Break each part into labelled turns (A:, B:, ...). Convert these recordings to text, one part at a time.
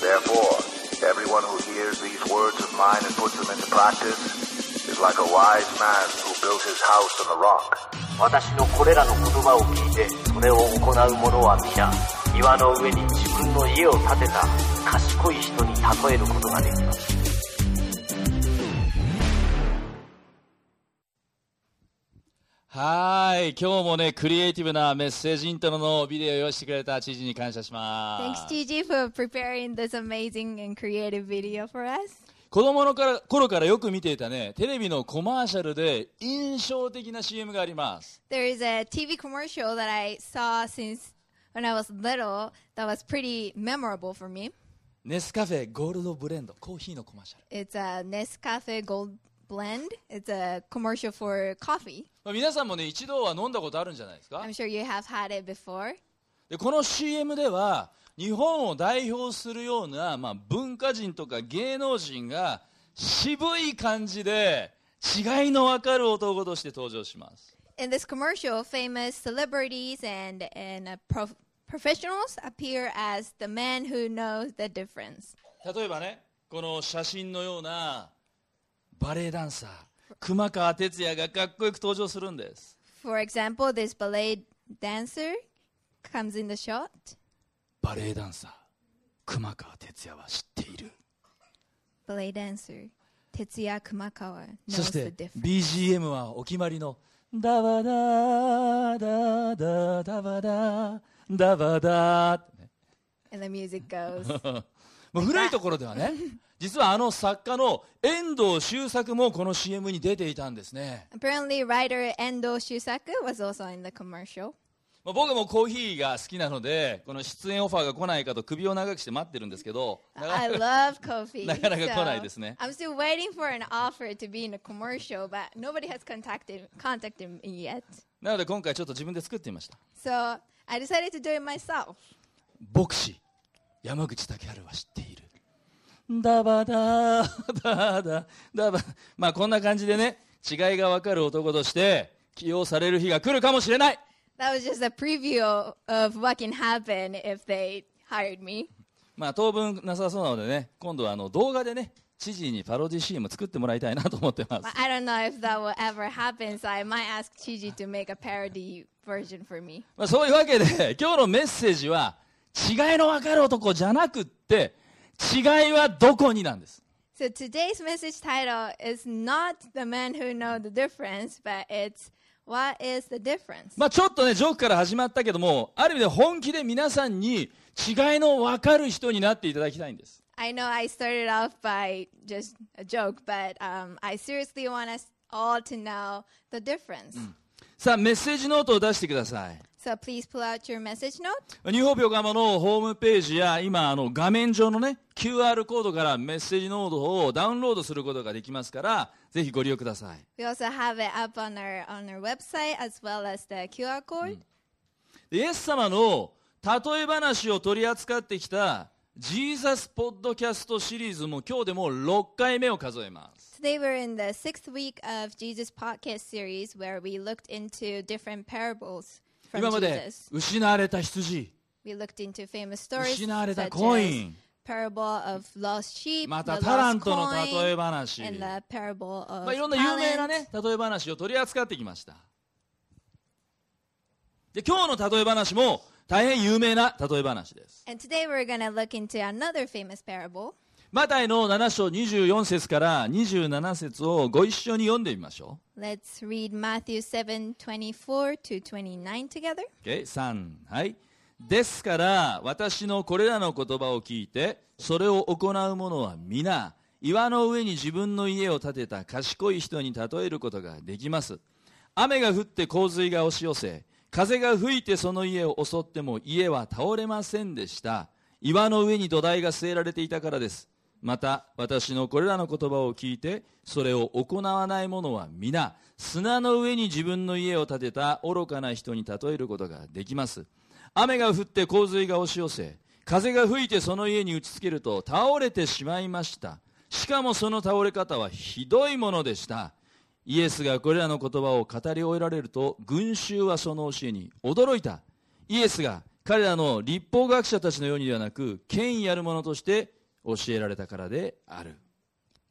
A: Therefore, everyone who hears these words of mine and puts them into practice is like a wise man who built his house on a rock.
B: 私のこれらの言葉を聞いてそれを行う者は皆岩の上に自分の家を建てた賢い人に例えることができます
C: はーい今日もねクリエイティブなメッセージイントロのビデオを用意してくれた知事に感謝します
D: Thanks, Gigi, for preparing this amazing and creative video for us.
C: 子供のから頃からよく見ていたねテレビのコマーシャルで印象的な CM があります
D: There is a TV commercial that I saw since when I was little that was pretty memorable for me.
C: ネスカフェゴールドブレンドコーヒーのコマーシャル、
D: It's a Nescafe Gold Blend. It's a commercial for coffee.
C: まあ、皆さんもね一度は飲んだことあるんじゃないですか
D: I'm sure you have had it before.
C: でこの CM では日本を代表するような、まあ、文化人とか芸能人が渋い感じで違いの分かる男として登場します
D: In this commercial, famous celebrities and, and uh, prof- professionals appear as the man who knows the difference.
C: 例えばねこの写真のようなバレエダンサー熊川哲也がかっこよく登場するんです
D: For example, this ballet dancer comes in the shot.
C: バレエダンサー熊川哲也は知っている
D: Ballet dancer Tetsuya Kumakawa
C: そし
D: knows the
C: て
D: difference.
C: BGM はお決まりのダバダダダダバダダバダって ね
D: And the music goes.
C: もう古いところではね実はあの作家の遠藤周作もこの CM に出ていたんですね、
D: Apparently, writer Endo Shusaku was also in the commercial.
C: まあ、僕もコーヒーが好きなのでこの出演オファーが来ないかと首を長くして待ってるんですけど
D: I love coffee.
C: なかなか来ないですね。
D: I'm still waiting for an offer to be in a commercial, but nobody has contacted contacted me yet.
C: なので今回ちょっと自分で作ってみました
D: So I decided to do it myself.
C: 牧師山口武春は知っているダバダーダーダダバまあこんな感じでね違いが分かる男として起用される日が来るかもしれない
D: That was just a preview of what can happen if they hired me.
C: まあ当分なさそうなのでね今度はあの動画でね知事にパロディ CM 作ってもらいたいなと思ってま
D: But
C: す
D: I don't know if that will ever happen, so I might ask Chiji to make a parody version for me.
C: まあそういうわけで 今日のメッセージは違いの分かる男じゃなくって違いはどこになんです
D: So today's message title is not the man who know the difference, but it's what is the difference?
C: まあ、ちょっとね、ジョークから始まったけども、ある意味で本気で皆さんに違いの分かる人になっていただきたいんです。
D: I know I started off by just a joke, but um, I seriously want us all to know the difference.
C: さあ、メッセージノートを出してください。
D: So please pull out your message note.
C: ニューホープ横浜のホームページや、今、あの、画面上のね、QR コードからメッセージノートをダウンロードすることができますから、ぜひご利用ください。
D: We also have it up on our on our website as well as the QR code.
C: でイエス様の例え話を取り扱ってきた、ジーザスポッドキャストシリーズも今日でもう6回目を数えます。
D: Today we're in the sixth week of Jesus podcast series where we looked into different parables from
C: 今まで
D: Jesus.
C: 失われた羊、
D: We looked into famous stories
C: 失われた
D: such
C: コイ
D: as
C: ン
D: parable of lost sheep,
C: ま
D: the
C: たタラン
D: lost
C: トの例え
D: coin,
C: 話、
D: and the parable
C: まあ、
D: of
C: いろんな有名な
D: talents.
C: ね例え話を取り扱ってきましたで今日の例え話も大変有名な例え話です
D: And today we're going to look into another famous parable.
C: マタイの7章24節から27節をご一緒に読んでみましょ
D: Let's read Matthew 7 24 to 29 together.
C: う OK3 はいですから私のこれらの言葉を聞いてそれを行う者は皆岩の上に自分の家を建てた賢い人に例えることができます雨が降って洪水が押し寄せ風が吹いてその家を襲っても家は倒れませんでした岩の上に土台が据えられていたからですまた私のこれらの言葉を聞いてそれを行わない者は皆砂の上に自分の家を建てた愚かな人に例えることができます雨が降って洪水が押し寄せ風が吹いてその家に打ちつけると倒れてしまいましたしかもその倒れ方はひどいものでしたイエスがこれらの言葉を語り終えられると群衆はその教えに驚いたイエスが彼らの立法学者たちのようにではなく権威ある者として教えられたからである。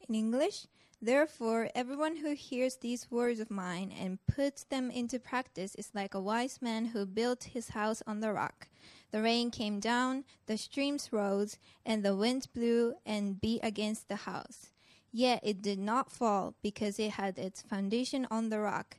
D: In English, therefore, everyone who hears these words of mine and puts them into practice is like a wise man who built his house on the rock. The rain came down, the streams rose, and the wind blew and beat against the house. Yet it did not fall because it had its foundation on the rock.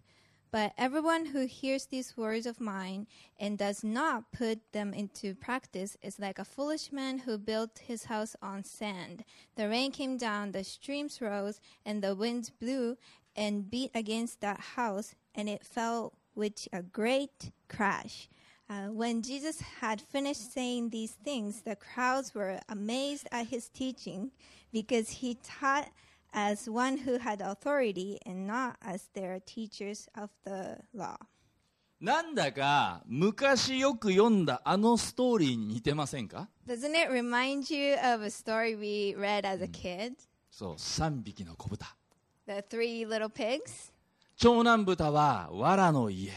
D: But everyone who hears these words of mine and does not put them into practice is like a foolish man who built his house on sand. The rain came down, the streams rose, and the winds blew and beat against that house, and it fell with a great crash. Uh, when Jesus had finished saying these things, the crowds were amazed at his teaching because he taught as one who had authority and not as their teachers of the law.
C: なんだか昔よく読んだあのストーリーに似てませんか
D: Doesn't it remind you of a story we read as a kid?
C: そう、3匹の子豚。
D: The three little pigs.
C: 長男豚は藁の家。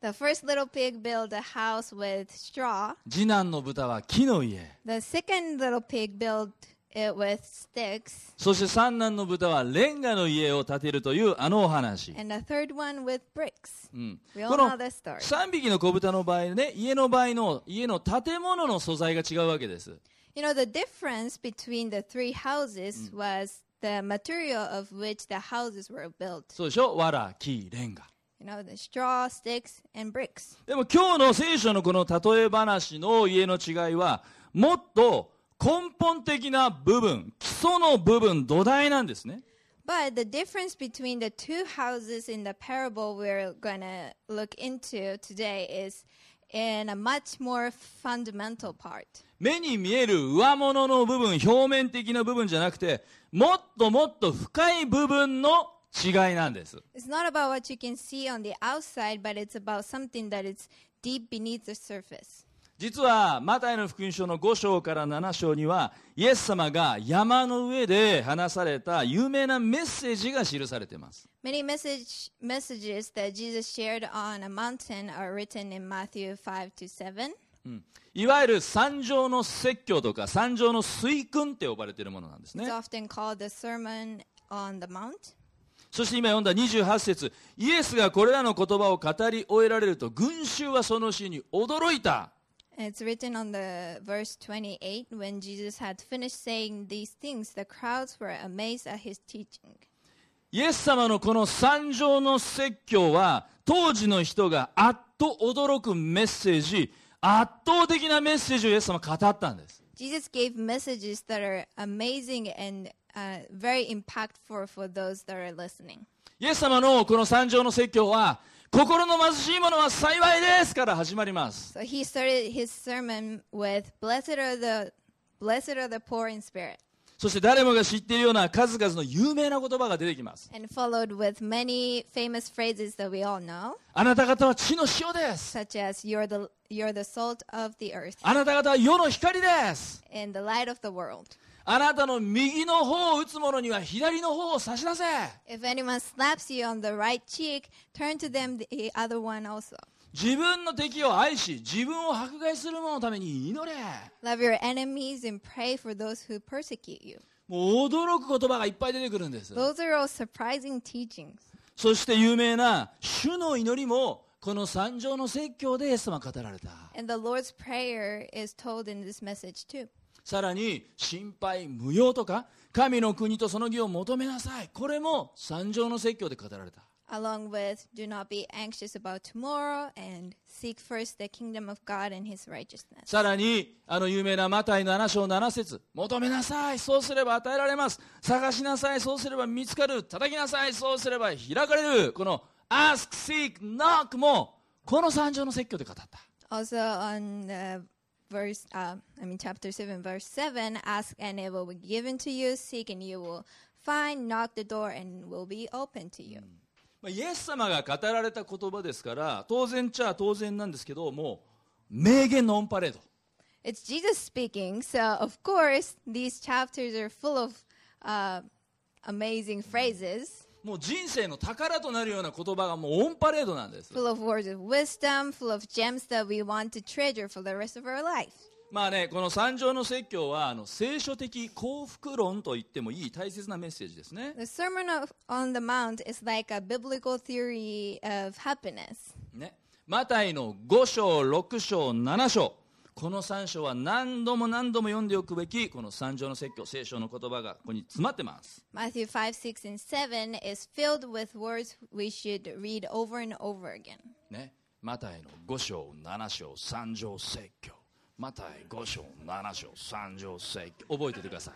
D: The first little pig built a house with straw.
C: 次男の豚は木の家。
D: The second little pig built it with sticks.
C: そして三男の豚はレンガの家を建てるというあのお話。
D: And the third one with bricks.
C: うん、
D: We all
C: この
D: know this story.
C: 3匹の子豚の場合ね、家の場合の家の建物の素材が違うわけです。
D: You know, the difference between the three houses was the material of which the houses were built.
C: そうでしょ藁、木、レンガ。
D: You know, the straw, sticks, and bricks.
C: でも今日の聖書のこの例え話の家の違いは、もっと根本的な部分、基礎の部分、土台なんですね。
D: But the difference between the two houses in the parable we're going to look into today is in a much more fundamental part.
C: 目に見える上物の部分、表面的な部分じゃなくて、もっともっと深い部分の違いなんです。
D: It's not about what you can see on the outside, but it's about something that is deep beneath the surface.
C: 実は、マタイの福音書の5章から7章には、イエス様が山の上で話された有名なメッセージが記されています。
D: Many message, messages that Jesus shared on a mountain are written in Matthew 5 to 7.
C: いわゆる山上の説教とか、山上の水訓って呼ばれているものなんです
D: It's
C: ね。
D: often called the Sermon on the Mount.
C: そして今読んだ28節イエスがこれらの言葉を語り終えられると、群衆はその死に驚いた。
D: It's written on the verse 28 when Jesus had finished saying these things, the crowds were amazed at his teaching.
C: イエス様のこの山上の説教は、当時の人があっと驚くメッセージ、圧倒的なメッセージをイエス様は語ったんです。
D: Jesus gave messages that are amazing and uh, very impactful for those that are listening.
C: イエス様のこの山上の説教は、心の貧しい者は幸いですから始まります。
D: So he started his sermon with "Blessed are the blessed are the poor in spirit,"
C: そして誰もが知っているような数々の有名な言葉が出てきます。
D: and followed with many famous phrases that we all know,
C: あなた方は地の塩です。
D: such as "You're the you're the salt of the earth
C: あなた方は世の光です。
D: and the light of the world."
C: あなたの右の方を打つ者には左の方を差し出せ。
D: If anyone slaps you on the right cheek, turn to them the other one also.
C: 自分の敵を愛し、自分を迫害する者のために祈れ。
D: Love your enemies and pray for those who persecute you.
C: もう驚く言葉がいっぱい出てくるんです。
D: Those are all surprising teachings.
C: そして有名な主の祈りも、この山上の説教でイエス様は語られた。
D: And the Lord's Prayer is told in this message too.
C: さらに、心配無用とか、神の国とその義を求めなさい。これも山上の説教で語られた。
D: Along with, do not be anxious about tomorrow and seek first the kingdom of God and his righteousness.
C: さらに、あの有名なマタイの7章7節求めなさい、そうすれば与えられます。探しなさい、そうすれば見つかる。叩きなさい、そうすれば開かれる。この Ask, Seek, Knock も、この三条の説教で語った。
D: Also on the verse, uh, I mean chapter 7, verse 7, ask and it will be given to you, seek and you will find, knock the door and will be open to you.
C: まあイエス様が語られた言葉ですから、当然っちゃ当然なんですけど、もう、名言のオンパレード。
D: It's Jesus speaking, so of course these chapters are full of uh, amazing phrases,
C: もう人生の宝となるような言葉がもうオンパレードなんです。
D: full of words of wisdom, full of gems that we want to treasure for the rest of our life.
C: まあね、この三条の説教はあの聖書的幸福論と言ってもいい大切なメッセージですね。
D: The Sermon of, on the Mount is like a biblical theory of happiness.
C: ね。マタイの5章、6章、7章。この3章は何度も何度も読んでおくべき、この三条の説教、聖書の言葉がここに詰まってます。
D: Matthew 5, 6, and 7 is filled with words we should read over and over again.
C: ね。マタイの5章、7章、三条説教。マタイ5章、7章、三条説教。覚えててくださ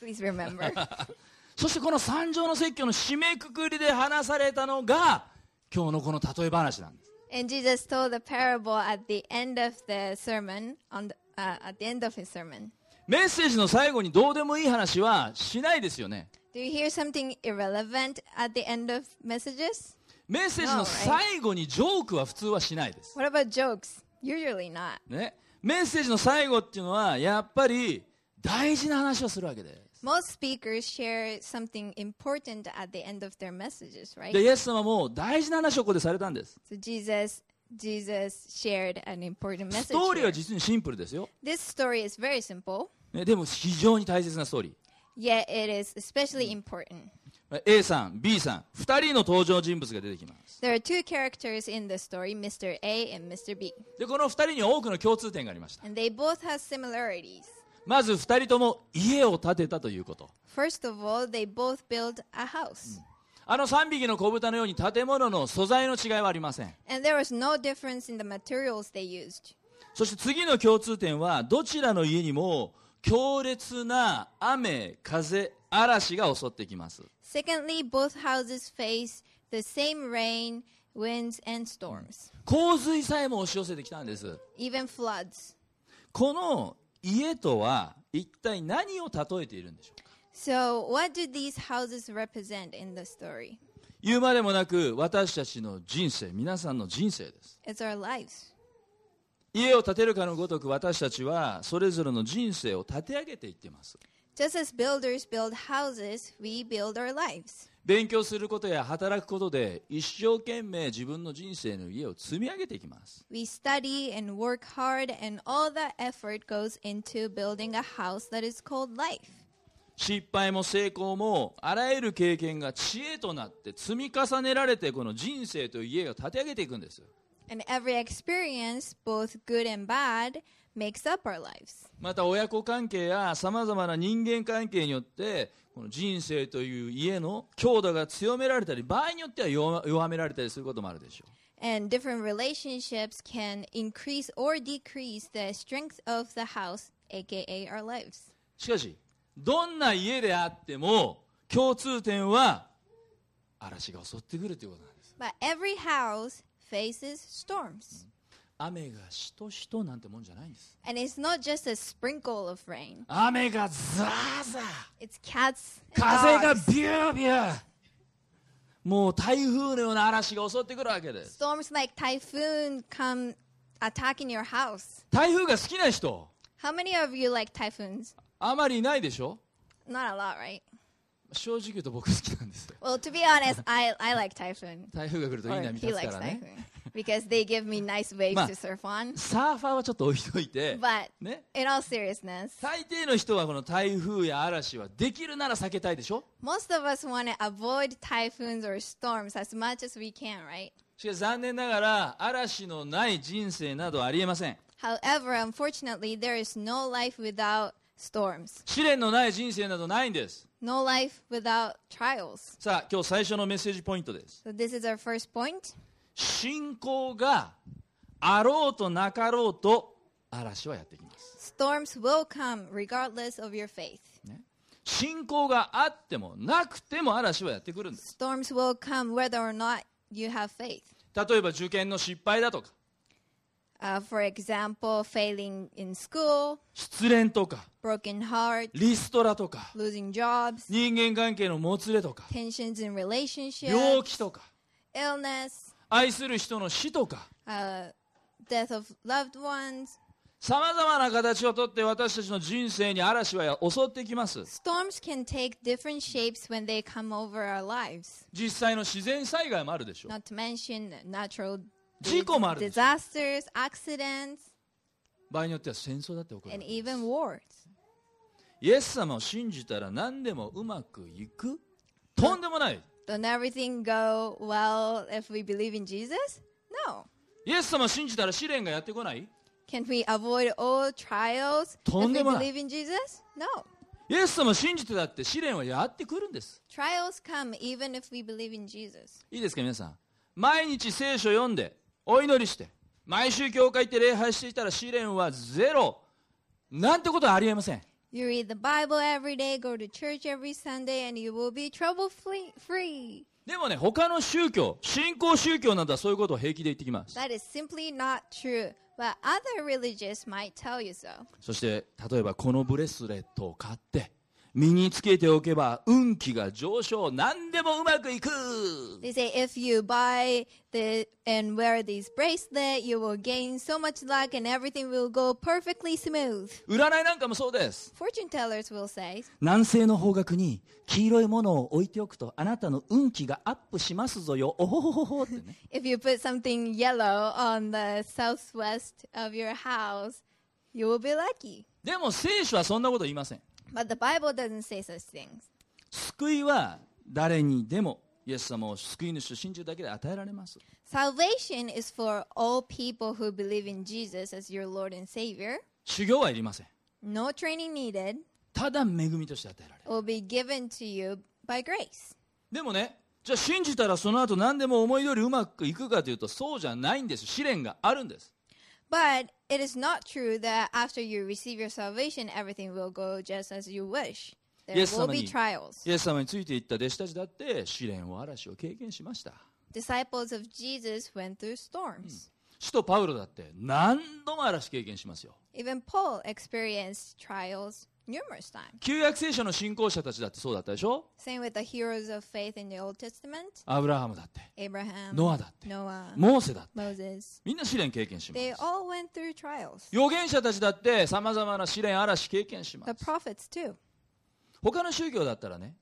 C: い。
D: Please remember.
C: そしてこの三条の説教の締めくくりで話されたのが、今日のこの例え話なんです。
D: and Jesus told the parable at the end of the sermon, on the, uh, at the end of his sermon.
C: メッセージの最後にどうでもいい話はしないですよね。
D: Do you hear something irrelevant at the end of messages?
C: メッセージの
D: No, right?
C: 最後にジョークは普通はしないです。
D: What about jokes? Usually not.
C: ね、メッセージの最後っていうのはやっぱり大事な話をするわけです。
D: Most speakers share something important at the end of their messages, right?
C: で、イエス様も大事な話をここでされたんです。
D: So Jesus Jesus shared an important
C: ス
D: message.
C: トーリーは
D: here.
C: 実にシンプルですよ。
D: This story is very simple,
C: ね、でも非常に大切なストーリー
D: yet it is especially important.
C: まあ。A さん、B さん、2人の登場人物が出てきます。
D: There are two characters in the story, Mr. A and Mr. B,
C: で、この2人には多くの共通点がありました。
D: and they both have similarities.
C: まず2人とも家を建てたということ。
D: First of all, they both built a house,
C: あの3匹の子豚のように建物の素材の違いはありません。
D: and there was no difference in the materials they used.
C: そして次の共通点は、どちらの家にも強烈な雨、風、嵐が襲ってきます。
D: Secondly, both houses face the same rain, winds, and storms,
C: 洪水さえも押し寄せてきたんです。
D: even floods.
C: この家とは一体何を例えているんでしょうか
D: So, what do these houses represent in the story?
C: 言うまでもなく私たちの人生、皆さんの人生です。
D: It's our lives.
C: 家を建てるかのごとく私たちはそれぞれの人生を立て上げていってます。
D: Just as builders build houses, we build our lives.
C: 勉強することや働くことで一生懸命自分の人生の家を積み上げていきます。
D: We study and work hard, and all that effort goes into building a house that is called life.
C: 失敗も成功もあらゆる経験が知恵となって積み重ねられてこの人生という家を立て上げていくんです。
D: And every experience, both good and bad, makes up our lives.
C: また親子関係やさまざまな人間関係によってこの人生という家の強度が強められたり場合によっては弱弱められたりすることもあるでしょ
D: And different relationships can increase or decrease the strength of the house, aka our lives.
C: うしかしどんな家であっても共通点は嵐が襲ってくるということなんです
D: But every house faces storms.
C: 雨がしとしとなんてもんじゃないんです
D: And it's not just a sprinkle of rain.
C: 雨がザーザー
D: It's cats. and
C: 風が
D: dogs.
C: ビュービューもう台風のような嵐が襲ってくるわけです
D: Storms like typhoon come attacking your house.
C: 台風が好きな人
D: How many of you like typhoons?
C: あまりいないでしょ
D: Not a lot, right?
C: 正直言うと僕好きなんですよ
D: Well, to be honest, I, I like typhoon.
C: 台風が来るといい
D: Or
C: 波立
D: he
C: つか
D: likes
C: らね
D: typhoon because they give me nice waves
C: まあ
D: to surf on.
C: サーファーはちょっと置いといて
D: But
C: ね
D: in all seriousness,
C: 大抵の人はこの台風や嵐はできるなら避けたいでしょ
D: most of us want to avoid typhoons or storms as much as we can, right?
C: しかし残念ながら嵐のない人生などありえません
D: However, unfortunately, there is no life without storms,
C: 試練のない人生などないんです
D: no life without trials.
C: さあ今日最初のメッセージポイントです
D: So, this is our first point.
C: 信仰があろうとなかろうと嵐はやってきます、
D: Storms will come regardless of your faith.
C: ね、信仰があってもなくても嵐はやってくるんです
D: Storms will come whether or not you have faith.
C: 例えば受験の失敗だとか
D: Uh, for example, failing in school,
C: 失恋とか
D: broken heart,
C: リストラとか
D: losing jobs,
C: 人間関係のもつれとか
D: tensions in
C: 病
D: relationships,
C: 気とか
D: illness,
C: 愛する人の死とか
D: uh, death of loved ones.
C: さまざまな形をとって私たちの人生に嵐は襲ってきます
D: Storms can take different shapes when they come over our lives,
C: 実際の自然災害もあるでしょう
D: not to mention natural
C: 事故もあるでしょ
D: disasters, accidents.
C: 場合によっては戦争だって起こるわ
D: and
C: けで
D: even
C: す
D: wars.
C: イエス様を信じたら何でもうまくいくとんでもない
D: Don't everything go well if we believe in Jesus? No.
C: イエス様を信じたら試練がやってこない
D: Can we avoid all trials if we
C: とんでもない。
D: believe in Jesus? No.
C: イエス様を信じてたって試練はやってくるんです
D: Trials come even if we believe in Jesus.
C: いいですか皆さん毎日聖書読んでお祈りして毎週教会行って礼拝していたら試練はゼロなんてことはありえません
D: You read the Bible every day, go to church every Sunday, and you will be trouble fle- free.
C: でもね他の宗教信仰宗教などはそういうことを平気で言ってきます
D: That is simply not true, but other religions might tell you so.
C: そして例えばこのブレスレットを買って身につけておけば運気が上昇何でもうまくいく
D: They say if you buy the and wear this bracelet, you will gain so much luck and everything will go perfectly smooth.
C: 占いなんかもそうです
D: Fortune tellers will say,
C: 南西の方角に黄色いものを置いておくとあなたの運気がアップしますぞよおほほほほってね
D: if you put something yellow on the southwest of your house, you will be lucky.
C: でも聖書はそんなこと言いません
D: But the Bible doesn't say such things.
C: 救いは誰にでもイエス様を救い主と信じるだけで与えられます
D: Salvation is for all people who believe in Jesus as your Lord and Savior.
C: 修行はいりません
D: No training needed.
C: ただ恵みとして与えられる
D: It will be given to you by grace.
C: でもねじゃあ信じたらその後何でも思い通りうまくいくかというとそうじゃないんです試練があるんです
D: But it is not true that after you receive your salvation, everything will go just as you wish. There
C: イエス
D: will
C: 様
D: be
C: に
D: trials.
C: イエス様についていった弟子たちだって試練を嵐を経験しました
D: Disciples of Jesus went through storms.
C: 使徒パウロだって何度も嵐経験しますよ
D: Even Paul experienced trials numerous times.
C: 旧約聖書の信仰者たちだってそうだったでしょ
D: Same with the heroes of faith in the Old Testament
C: アブラハムだって
D: Abraham,
C: ノアだって
D: Noah,
C: モーセだって
D: Moses.
C: みんな試練経験しま
D: They
C: す
D: all went through trials.
C: 預言者たちだってさまざまな試練嵐経験しま
D: The
C: す
D: prophets, too.
C: 他の宗教だったらね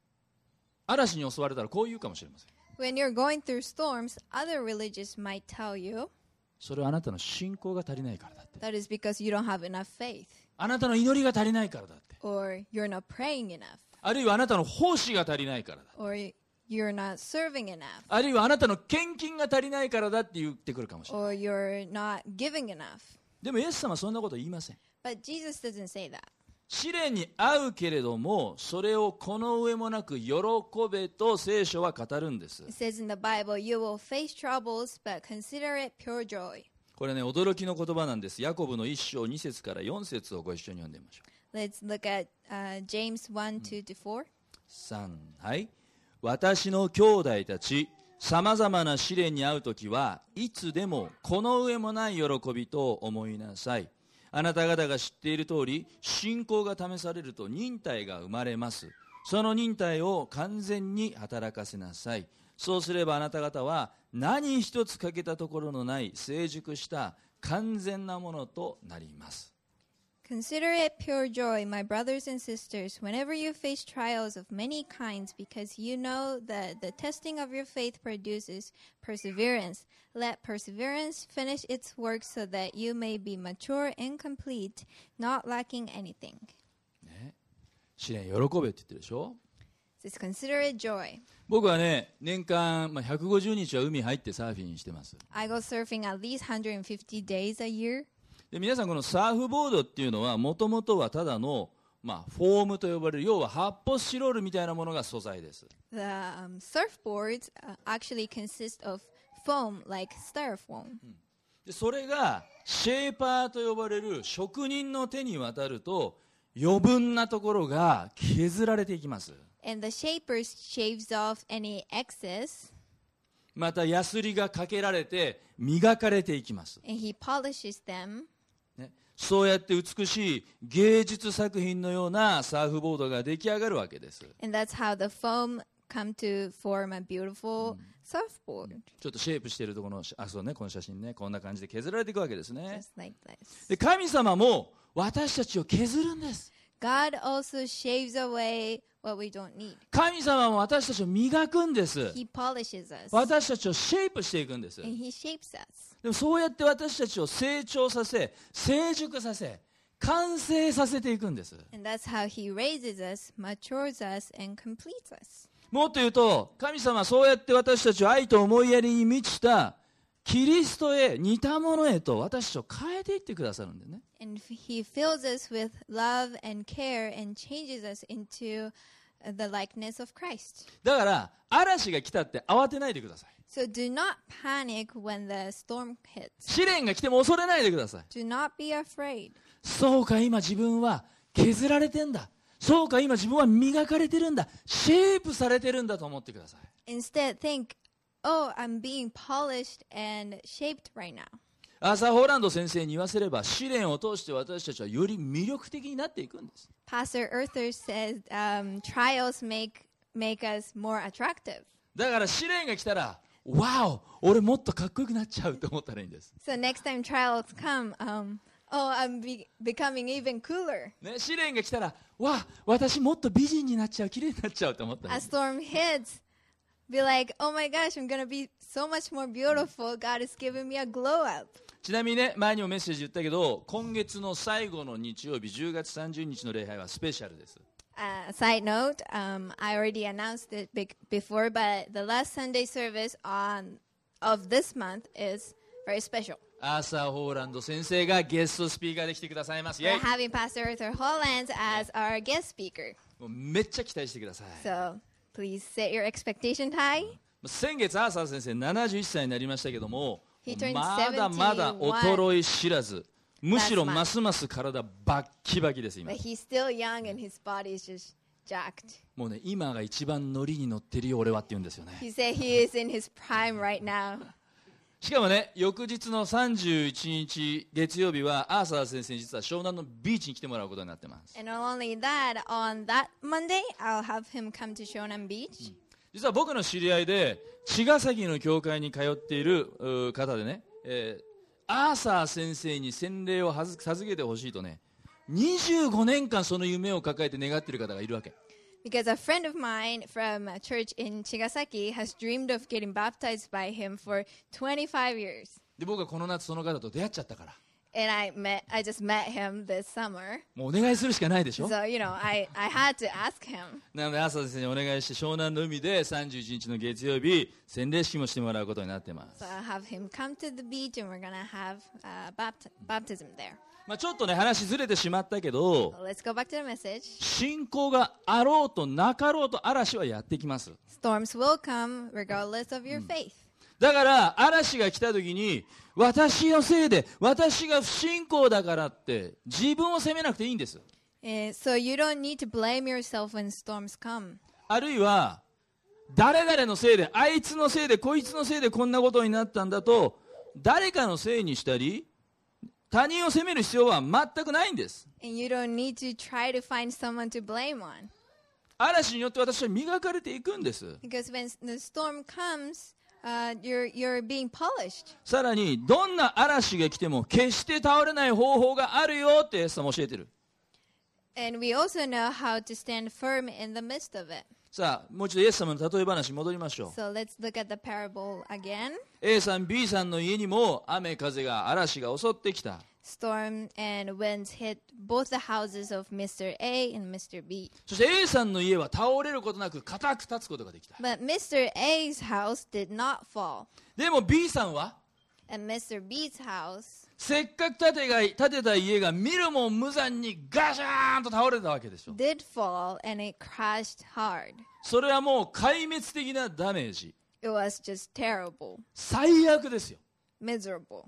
C: 嵐に襲われたらこう言うかもしれません
D: When you're going through storms, other religions might tell you
C: それはあなたの信仰が足りないからだって
D: that is because you don't have enough faith
C: あなたの祈りが足りないからだって
D: or you're not praying enough.
C: あるいはあなたの奉仕が足りないからだ
D: or you're not serving enough
C: あるいはあなたの献金が足りないからだって言ってくるかもしれない
D: or you're not giving enough.
C: でもイエス様はそんなこと言いません
D: But Jesus doesn't say that.
C: 試練に遭うけれどもそれをこの上もなく喜べと聖書は語るんです
D: It says in the Bible, you will face troubles, but consider it pure joy.
C: これね驚きの言葉なんですヤコブの1章2節から4節をご一緒に読んでみましょう
D: Let's look at uh, James 1 2 to 4.
C: 3はい私の兄弟たちさまざまな試練に遭う時はいつでもこの上もない喜びと思いなさいあなた方が知っている通り信仰が試されると忍耐が生まれますその忍耐を完全に働かせなさいそうすればあなた方は何一つ欠けたところのない成熟した完全なものとなります
D: Consider it pure joy, my brothers and sisters, whenever you face trials of many kinds, because you know that the testing of your faith produces perseverance. Let perseverance finish its work so that you may be mature and complete, not lacking anything.
C: 試練喜べって言ってるでしょ
D: Just consider it joy.
C: 僕はね年間、まあ、150日は海入ってサーフィンしてます
D: I go surfing at least 150 days a year.
C: で皆さんこのサーフボードっていうのはもともとはただの、まあ、フォームと呼ばれる要は発泡スチロールみたいなものが素材です
D: The um, surfboards uh, actually consist of foam, like styrofoam.
C: でそれがシェーパーと呼ばれる職人の手に渡ると余分なところが削られていきます
D: And the shaper shaves off any excess
C: またヤスリがかけられて磨かれていきます
D: and he polishes them.
C: ね、そうやって美しい芸術作品のようなサーフボードが出来上がるわけです
D: And that's how the foam come to form a beautiful surfboard,
C: ちょっとシェイプしているところのあそうねこの写真ねこんな感じで削られていくわけですね
D: just like this.
C: で神様も私たちを削るんです
D: God also shaves away what we don't need.
C: 神様も私たちを磨くんです
D: He polishes us
C: 私たちをシェイプしていくんです
D: and He shapes us.
C: でもそうやって私たちを成長させ成熟させ完成させていくんです
D: And that's how He raises us, matures us, and completes us.
C: もっと言うと神様はそうやって私たちを愛と思いやりに満ちたキリストへ似たものへと私たちを変えていってくださるんだよね
D: And f- He fills us with love and care and changes us into uh, the likeness of Christ.
C: だから嵐が来たって慌てないでください
D: So do not panic when the storm hits.
C: 試練が来ても恐れないでください
D: Do not be afraid.
C: そうか今自分は削られてんだそうか今自分は磨かれてるんだシェイプされてるんだと思ってください
D: Instead, think, oh, I'm being polished and shaped right now.
C: アーサー・ホーランド先生に言わせれば試練を通して私たちはより魅力的になっていくんです
D: Pastor Earther says um, trials make make us more attractive.
C: だから試練が来たらわお俺もっとかっこよくなっちゃうと思ったらいいんです、
D: So next time trials come, um, oh, I'm be- becoming even cooler.
C: ね、試練が来たらわ私もっと美人になっちゃう綺麗になっちゃうと思ったらいい
D: As storm hits, be like, oh my gosh, I'm gonna be so much more beautiful. God is giving me a glow up.
C: ちなみにね前にもメッセージ言ったけど今月の最後の日曜日10月30日の礼拝はスペシャルです、
D: Uh, side note, um, I already announced it bec- before, but the last Sunday service on of this month is very special.
C: アーサー・ホーランド先生がゲストスピーカーで来てくださいますイェイ
D: We're having Pastor Arthur Hollands as our guest speaker.
C: もうめっちゃ期待してください
D: So please set your expectation high.
C: 先月アーサー先生71歳になりましたけども
D: He turned
C: まだまだ衰え知らずむしろますます体バッキバキです今
D: But he's still young and his body is just jacked.
C: もうね今が一番ノリに乗ってるよ俺はって言うんですよね
D: He said he is in his prime right now.
C: しかもね翌日の31日月曜日はアーサー先生に実は湘南のビーチに来てもらうことになってます
D: And not only that, on that Monday, I'll have him come to Shonan Beach.
C: 実は僕の知り合いで茅ヶ崎の教会に通っているうー方でね、えーアーサー先生に洗礼をはず授けてほしいとね25年間その夢を抱えて願っている方がいるわけ
D: Because a friend of mine from a church in Chigasaki has dreamed of getting baptized by him for 25 years.
C: で僕はこの夏その方と出会っちゃったから
D: And I met, I just met him this summer.
C: もうお願いするしかないでしょ
D: So, you know, I, I had to ask him.
C: なので朝先生にお願いして湘南の海で31日の月曜日洗礼式もしてもらうことになってます
D: So、I'll have him come to the beach and we're going to have uh, bapt- baptism there.
C: まあ、ちょっとね話ずれてしまったけど
D: Well, let's go back to the message.
C: 信仰があろうとなかろうと嵐はやってきます
D: Storms will come regardless of your faith.
C: だから嵐が来た時に私のせいで私が不信仰だからって自分を責めなくていいんです
D: Uh, so you don't need to blame yourself when storms come.
C: あるいは誰々のせいであいつのせいでこいつのせいでこんなことになったんだと誰かのせいにしたり他人を責める必要は全くないんです
D: And you don't need to try to find someone to blame on.
C: 嵐によって私は磨かれていくんです
D: Because when s- the storm comes, uh, you're, you're being polished.
C: さらにどんな嵐が来ても決して倒れない方法があるよってイエス様教えてる
D: And we also know how to stand firm in the midst of it.
C: さあもう一度イエス様の例え話に戻りましょう
D: So let's look at the parable again.
C: A さん B さんの家にも雨風が嵐が襲ってきた
D: Storm and winds hit both the houses of Mr. A and Mr. B.
C: そして A さんの家は倒れることなく固く立つことができた
D: But Mr. A's house did not fall.
C: でも B さんは
D: And Mr. B's house
C: せっかく建てが建てた家が見るも無残にガシャーンと倒れたわけでしょ
D: did fall and it crashed hard.
C: それはもう壊滅的なダメージ
D: It was just terrible,
C: 最悪ですよ
D: miserable.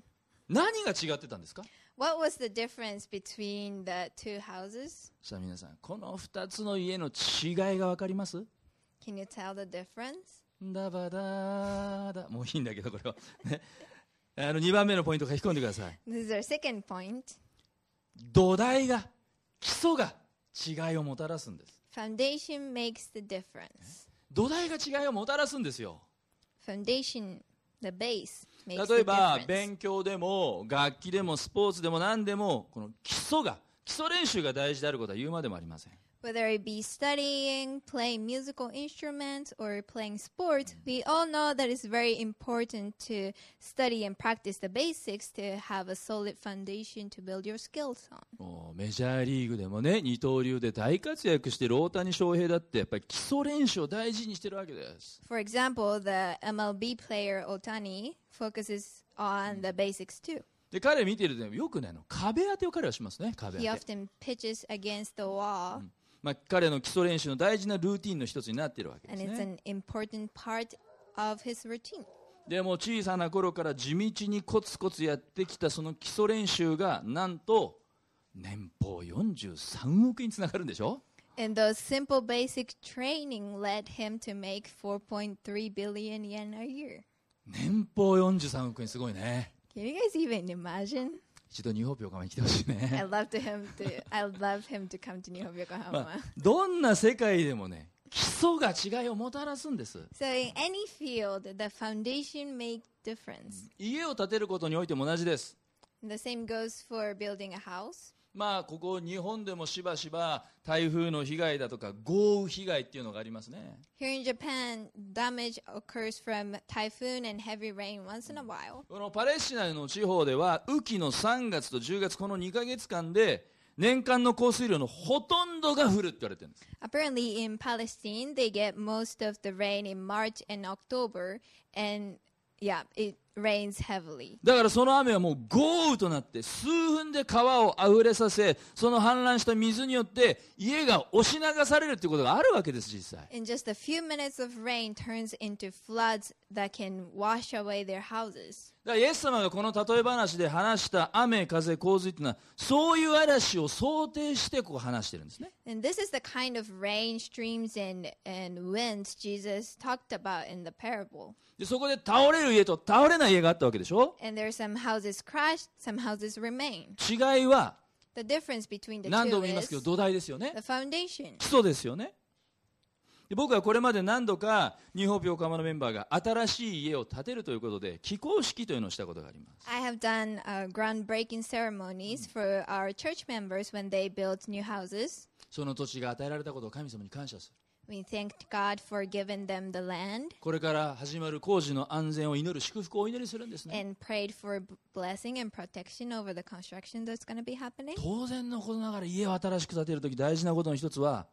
C: 何が違ってたんですか
D: What was the difference between the two houses?
C: さあ皆さんこの2つの家の違いが分かります
D: Can you tell the difference?
C: ダバダーダもういいんだけどこれは、ね、あの2番目のポイント書き込んでください
D: This is our second point.
C: 土台が基礎が違いをもたらすんです
D: Foundation makes the difference.
C: 土台が違いをもたらすんですよ
D: Foundation, the base,
C: 例
D: makes
C: え
D: the
C: ば
D: difference.
C: 勉強でも楽器でもスポーツでも何でもこの基礎が基礎練習が大事であることは言うまでもありません
D: Whether it be studying, playing musical instruments, or playing sports, we all know that it's very important to study and practice the basics to have a solid foundation to build your skills on.
C: もうメジャーリーグでもね二刀流で大活躍してる大谷翔平だってやっぱり基礎練習を大事にしてるわけです
D: For example, the MLB player Otani focuses on the basics too.
C: で彼見てるとよくねあの壁当てを彼はしますね壁
D: He
C: 当て、
D: often pitches against the wall,
C: まあ、彼の基礎練習の大事なルーティンの一つになってるわけで
D: and
C: す
D: it's
C: ね
D: an important part of his routine.
C: でも小さな頃から地道にコツコツやってきたその基礎練習がなんと年俸43億円につながるんでしょ
D: And those simple basic training led him to make 4.3 billion yen a year.
C: 年俸43億円すごいね
D: Can you guys even imagine?
C: 一度日本評価まで来てほしい
D: I
C: ね
D: love to him to I love him to come to New Hope
C: まあ
D: Yokohama.
C: どんな世界でもね基礎が違いをもたらすんです
D: So in any field, the foundation make difference.
C: 家を建てることにおいても同じです
D: And the same goes for building a house.
C: まあここ日本でもしばしば台風の被害だとか豪雨被害っていうのがありますね
D: Here in Japan, damage occurs from typhoon and heavy rain once in a while.
C: このパレスチナの地方では雨季の3月と10月この2ヶ月間で年間の降水量のほとんどが降るって言われてるんです
D: Apparently, in Palestine, they get most of the rain in March and October, and yeah, it rains heavily.
C: だからその雨はもう豪雨となって数分で川をあふれさせその氾濫した水によって家が押し流されるってことがあるわけです実際
D: In just a few minutes of rain turns into floods that can wash away their houses.
C: だからイエス様がこの例え話で話した雨風洪水っていうのはそういう嵐を想定してこう話してるんですね
D: And this is the kind of rain, streams, and, and winds Jesus talked about in the parable.
C: でそこで倒れる家と倒れない家があったわけでしょ
D: And there are some houses crashed, some houses remain.
C: 違いは
D: The difference between the
C: 何度
D: two
C: も言いますけど
D: is
C: 土台ですよね
D: the foundation.
C: 基礎ですよねで僕はこれまで何度か日本病釜のメンバーが新しい家を建てるということで起工式というのをしたことがあります
D: I have done uh, groundbreaking ceremonies for our church members when they build new houses.
C: その土地が与えられたことを神様に感謝する
D: We thanked God for giving them the land
C: これから始まる工事の安全を祈る祝福をお祈りするんですね
D: and prayed for b- blessing and protection over the construction that's going to be happening.
C: 当然のことながら家を新しく建てるとき大事なことの一つは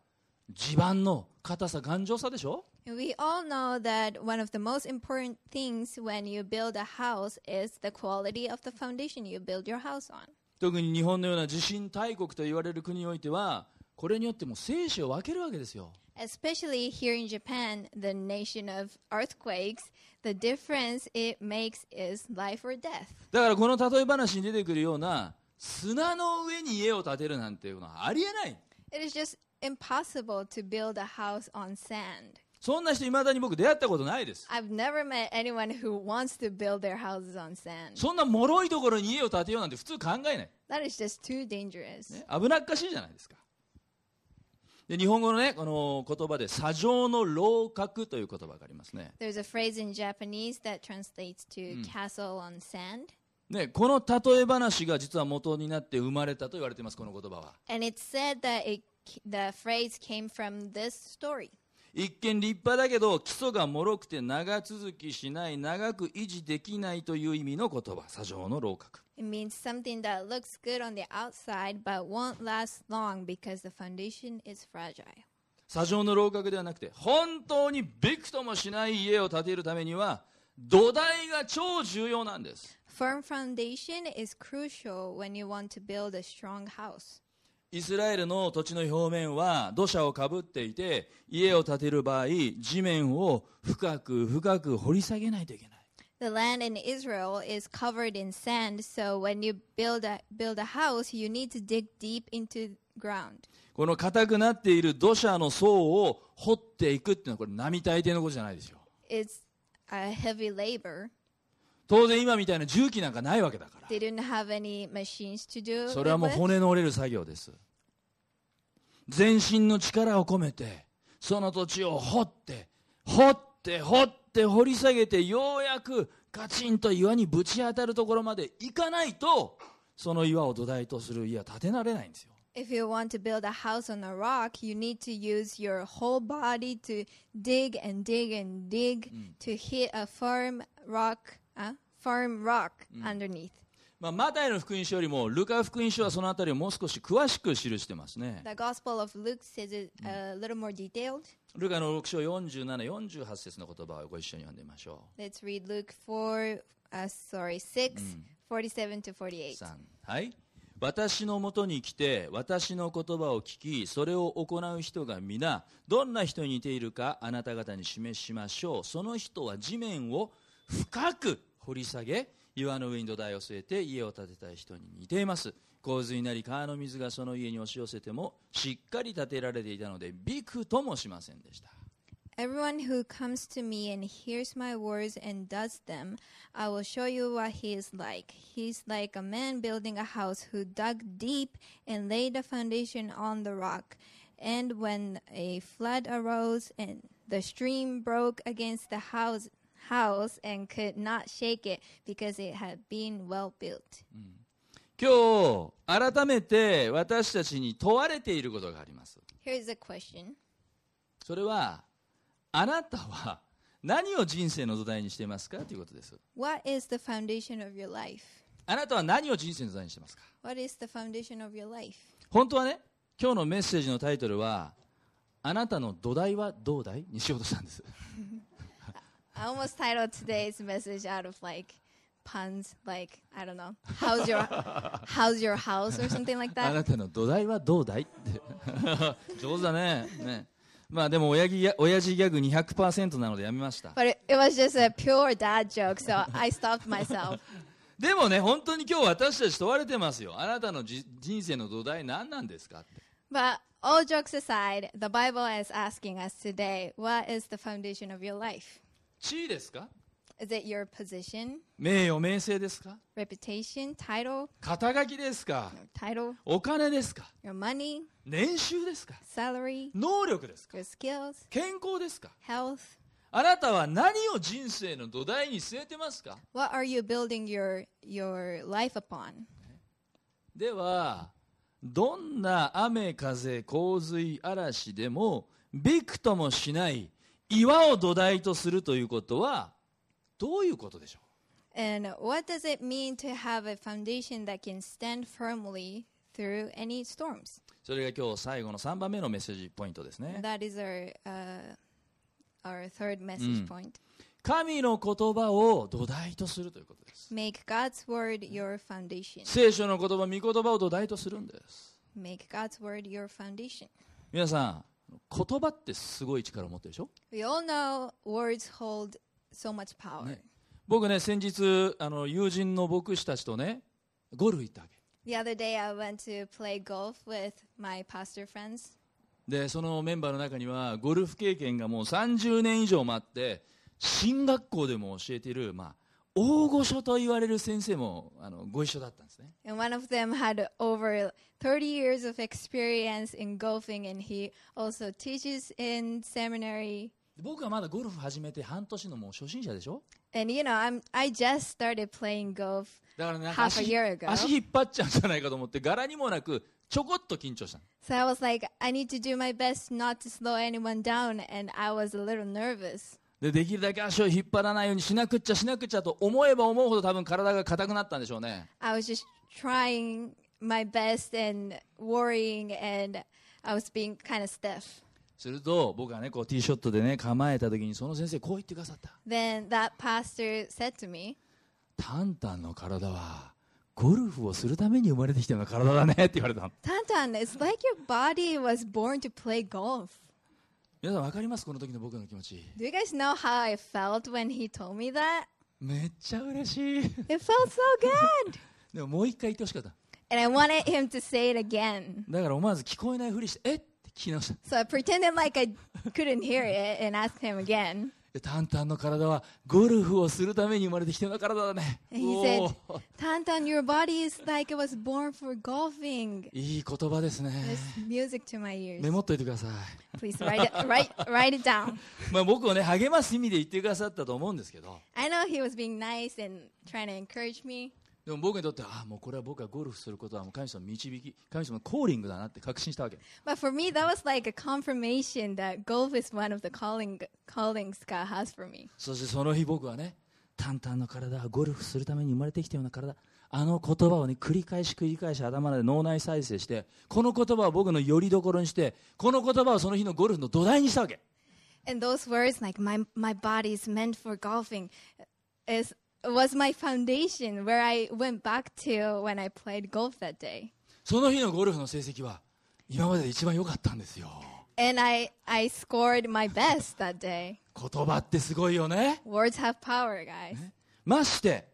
C: 地盤の硬さ頑丈さでしょ
D: And we all know that one of the most important things when you build a house is the quality of the foundation you build your house on.
C: 特に日本のような地震大国と言われる国においてはこれによってもう生死を分けるわけですよ
D: Especially here in Japan, the nation of earthquakes, the difference it makes is life or death.
C: だからこの例え話に出てくるような砂の上に家を建てるなんていうのはありえない
D: It is just impossible to build a house on sand.
C: そんな人いまだに僕出会ったことないです
D: I've never met anyone who wants to build their houses on sand.
C: そんな脆いところに家を建てようなんて普通考えない、
D: That is just too dangerous.
C: ね危なっかしいじゃないですかで日本語のねこの言葉で「砂上の楼閣」という言葉がありますね
D: There's a phrase in Japanese that translates to castle on sand,
C: ねこの例え話が実は元になって生まれたと言われていますこの言葉は
D: and it's said that it the phrase came from this story.
C: 一見立派だけど基礎が脆くて長続きしない長く維持できないという意味の言葉砂上の楼閣
D: It means something that looks good on the outside but won't last long because the foundation is fragile.
C: 砂上の楼閣ではなくて本当にびくともしない家を建てるためには土台が超重要なんです
D: Firm foundation is crucial when you want to build a strong house.
C: イスラエルの土地の表面は土砂をかぶっていて家を建てる場合地面を深く深く掘り下げないといけない
D: The land in Israel is covered in sand, so when you build a build a house, you need to dig deep into ground.
C: この硬くなっている土砂の層を掘っていくっていうのはこれ並大抵のことじゃないですよ
D: It's a heavy labor.
C: 当然今みたいな重機なんかないわけだから
D: They didn't have any machines to do
C: それは
D: it
C: もう
D: with.
C: 骨の折れる作業です全身の力を込めてその土地を掘って掘って掘って掘り下げてようやくカチンと岩にぶち当たるところまで行かないとその岩を土台とする家は建てられないんですよ
D: If you want to build a house on a rock, you need to use your whole body to dig and dig and dig to hit a firm rock, uh, firm rock underneath.
C: まあ、マタイの福音書よりもルカ福音書はそのあたりをもう少し詳しく記してますね。
D: The Gospel of Luke says it a little more detailed.
C: ルカの6章47、48節の言葉をご一緒に読んでみましょ
D: Let's read Luke 4, uh, sorry, 6, 47 to 48.
C: う。3はい。私のもとに来て、私の言葉を聞き、それを行う人が皆、どんな人に似ているか、あなた方に示しましょう。その人は地面を深く掘り下げ、岩の上に土台を据えて家を建てたい人に似ています。洪水なり川の水がその家に押し寄せても、しっかり建てられていたので、びくともしませんでした。
D: Everyone who comes to me and hears my words and does them, I will show you what he is like. He's like a man building a house who dug deep and laid a foundation on the rock. And when a flood arose and the stream broke against the house, house and could not shake it because it had been well built.
C: 今日改めて私たちに問われていることがあります
D: Here is a question.
C: それはあなたは何を人生の土台にしていますかということです
D: What is the foundation of your life?
C: あなたは何を人生の土台にしてますか
D: What is the foundation of your life?
C: 本当はね今日のメッセージのタイトルはあなたの土台はどうだいにしようとしたんです
D: I almost titled today's message out of like puns, like I don't know, how's your how's your house or something like
C: あ
D: that.
C: なたの土台はどうだいって 上手だねねまあでも親父ギャ親父ギャグ200%なのでやめました
D: But it, it was just a pure dad joke, so I stopped myself.
C: でもね本当に今日私たち問われてますよあなたのじ人生の土台何なんですかって
D: But all jokes aside, the Bible is asking us today, what is the foundation of your life?
C: 地位ですか
D: Is it your position,
C: 名誉名声ですか
D: reputation, title,
C: 肩書きですか
D: title,
C: お金ですか
D: your money,
C: 年収ですか
D: salary,
C: 能力ですか
D: your skills,
C: 健康ですか
D: health?
C: あなたは何を人生の土台に据えてますか
D: What are you building your your life upon?
C: ではどんな雨風洪水嵐でもびくともしない岩を土台とするということはどういうことでしょう
D: And what does it mean to have a foundation that can stand firmly through any storms?
C: それが今日最後の3番目のメッセージポイントですね
D: That is our uh, our third message point.
C: 神の言葉を土台とするということです。
D: Make God's word your foundation.
C: 聖書の言葉、御言葉を土台とするんです。
D: Make God's word your foundation.
C: 皆さん、言葉ってすごい力を持ってるでしょ
D: We all know words hold so much power.
C: 僕ね、先日、あの友人の牧師たちとね、ゴルフ行ったわけ。
D: The other day I went to play golf with my pastor friends.
C: で、そのメンバーの中には、ゴルフ経験がもう30年以上もあって、進学校でも教えている、まあ、大御所と言われる先生もあのご一緒だったんですね。
D: And one of them had over 30 years of experience in golfing, and he also teaches in seminary.
C: で僕はまだゴルフ始めて半年のもう初心者でしょ
D: And you know, I'm I just started playing golf.
C: だからなんか
D: Half a
C: 足
D: year ago.
C: 足引っ張っちゃうんじゃないかと思って柄にもなくちょこっと緊張したの
D: So I was like, I need to do my best not to slow anyone down, and I was a little nervous.
C: でできるだけ足を引っ張らないようにしなくっちゃしなくっちゃと思えば思うほど多分体が硬くなったんでしょうね
D: I was just trying my best and worrying, and I was being kind of stiff.
C: すると僕がねこうティーショットでね構えた時にその先生こう言ってくださった
D: Then that pastor said to me,
C: タンタンの体はゴルフをするために生まれてきたような体だねって言われたの
D: Tantan, it's like your body was born to play golf.
C: 皆さん分かりますこの時の僕の気持ち
D: Do you guys know how I felt when he told me that?
C: めっちゃ嬉しい
D: It felt so good.
C: でももう一回言ってほしかった
D: and I wanted him to say it again.
C: だから思わず聞こえないふりしてえって聞き直した
D: So I pretended like I couldn't hear it and asked him again.
C: でタンタンの体はゴルフをするために生まれてきたような体だね。
D: And he
C: お
D: said,
C: ー
D: Tantan, your body is like it was born for golfing.
C: いい言葉ですね。
D: It's music to my ears.
C: メモっといてください。
D: Please write it, write, write it down.
C: まあ僕をね、励ます意味で言ってくださったと思うんですけど、
D: I know he was being nice and trying to encourage me.
C: でも僕にとってああもうこれは僕がゴルフすることはもう神様の導き神様のコーリングだなって確信したわけ
D: But for me, that was like a confirmation that golf is one of the calling callings God has for me.
C: そしてその日僕はね淡々の体はゴルフするために生まれてきたような体あの言葉をね繰り返し繰り返し頭で脳内再生してこの言葉を僕の拠り所にしてこの言葉をその日のゴルフの土台にしたわけ
D: And those words, like my my body is meant for golfing, is was my foundation where I went back to when I played golf that day.
C: その日のゴルフの成績は今までで一番良かったんですよ
D: And I I scored my best that day.
C: 言葉ってすごいよね
D: Words have power, guys.
C: まして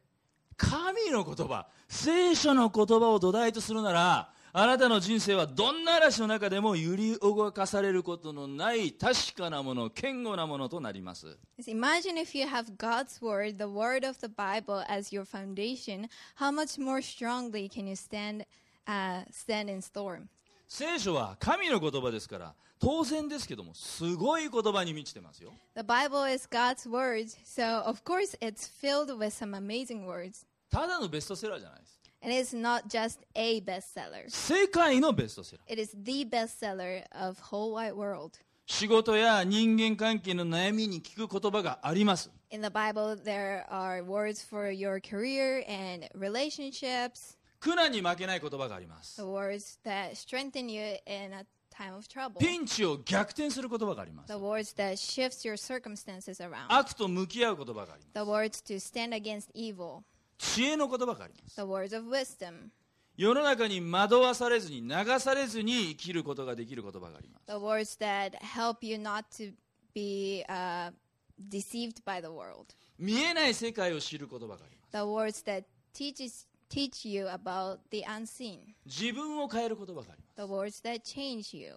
C: 神の言葉聖書の言葉を土台とするならあなたの人生はどんな嵐の中でも揺り動かされることのない確かなもの堅固なものとなります
D: Just Imagine if you have God's word, the word of the Bible, as your foundation. How much more strongly can you stand uh, stand in storm?
C: 聖書は神の言葉ですから当然ですけどもすごい言葉に満ちてますよ
D: The Bible is God's word, so of course it's filled with some amazing words.
C: ただのベストセラーじゃないです
D: And it's not just a bestseller.
C: 世界のベストセラー
D: It is the bestseller of whole wide world.
C: 仕事や人間関係の悩みに聞く言葉があります
D: In the Bible, there are words for your career and relationships,
C: 苦難に負けない言葉があります
D: the words that strengthen you in a time of trouble,
C: ピンチを逆転する言葉があります
D: the words that shifts your circumstances around,
C: 悪と向き合う言葉があります
D: the words to stand against evil,
C: 知恵の言葉があります
D: the words of wisdom,
C: 世の中に惑わされずに流されずに生きることができる言葉があります
D: the words that help you not to be uh, deceived by the world,
C: 見えない世界を知る言葉がありま
D: the words that teaches teach you about the unseen,
C: す自分を変える言葉があり
D: the
C: ま
D: words that change you,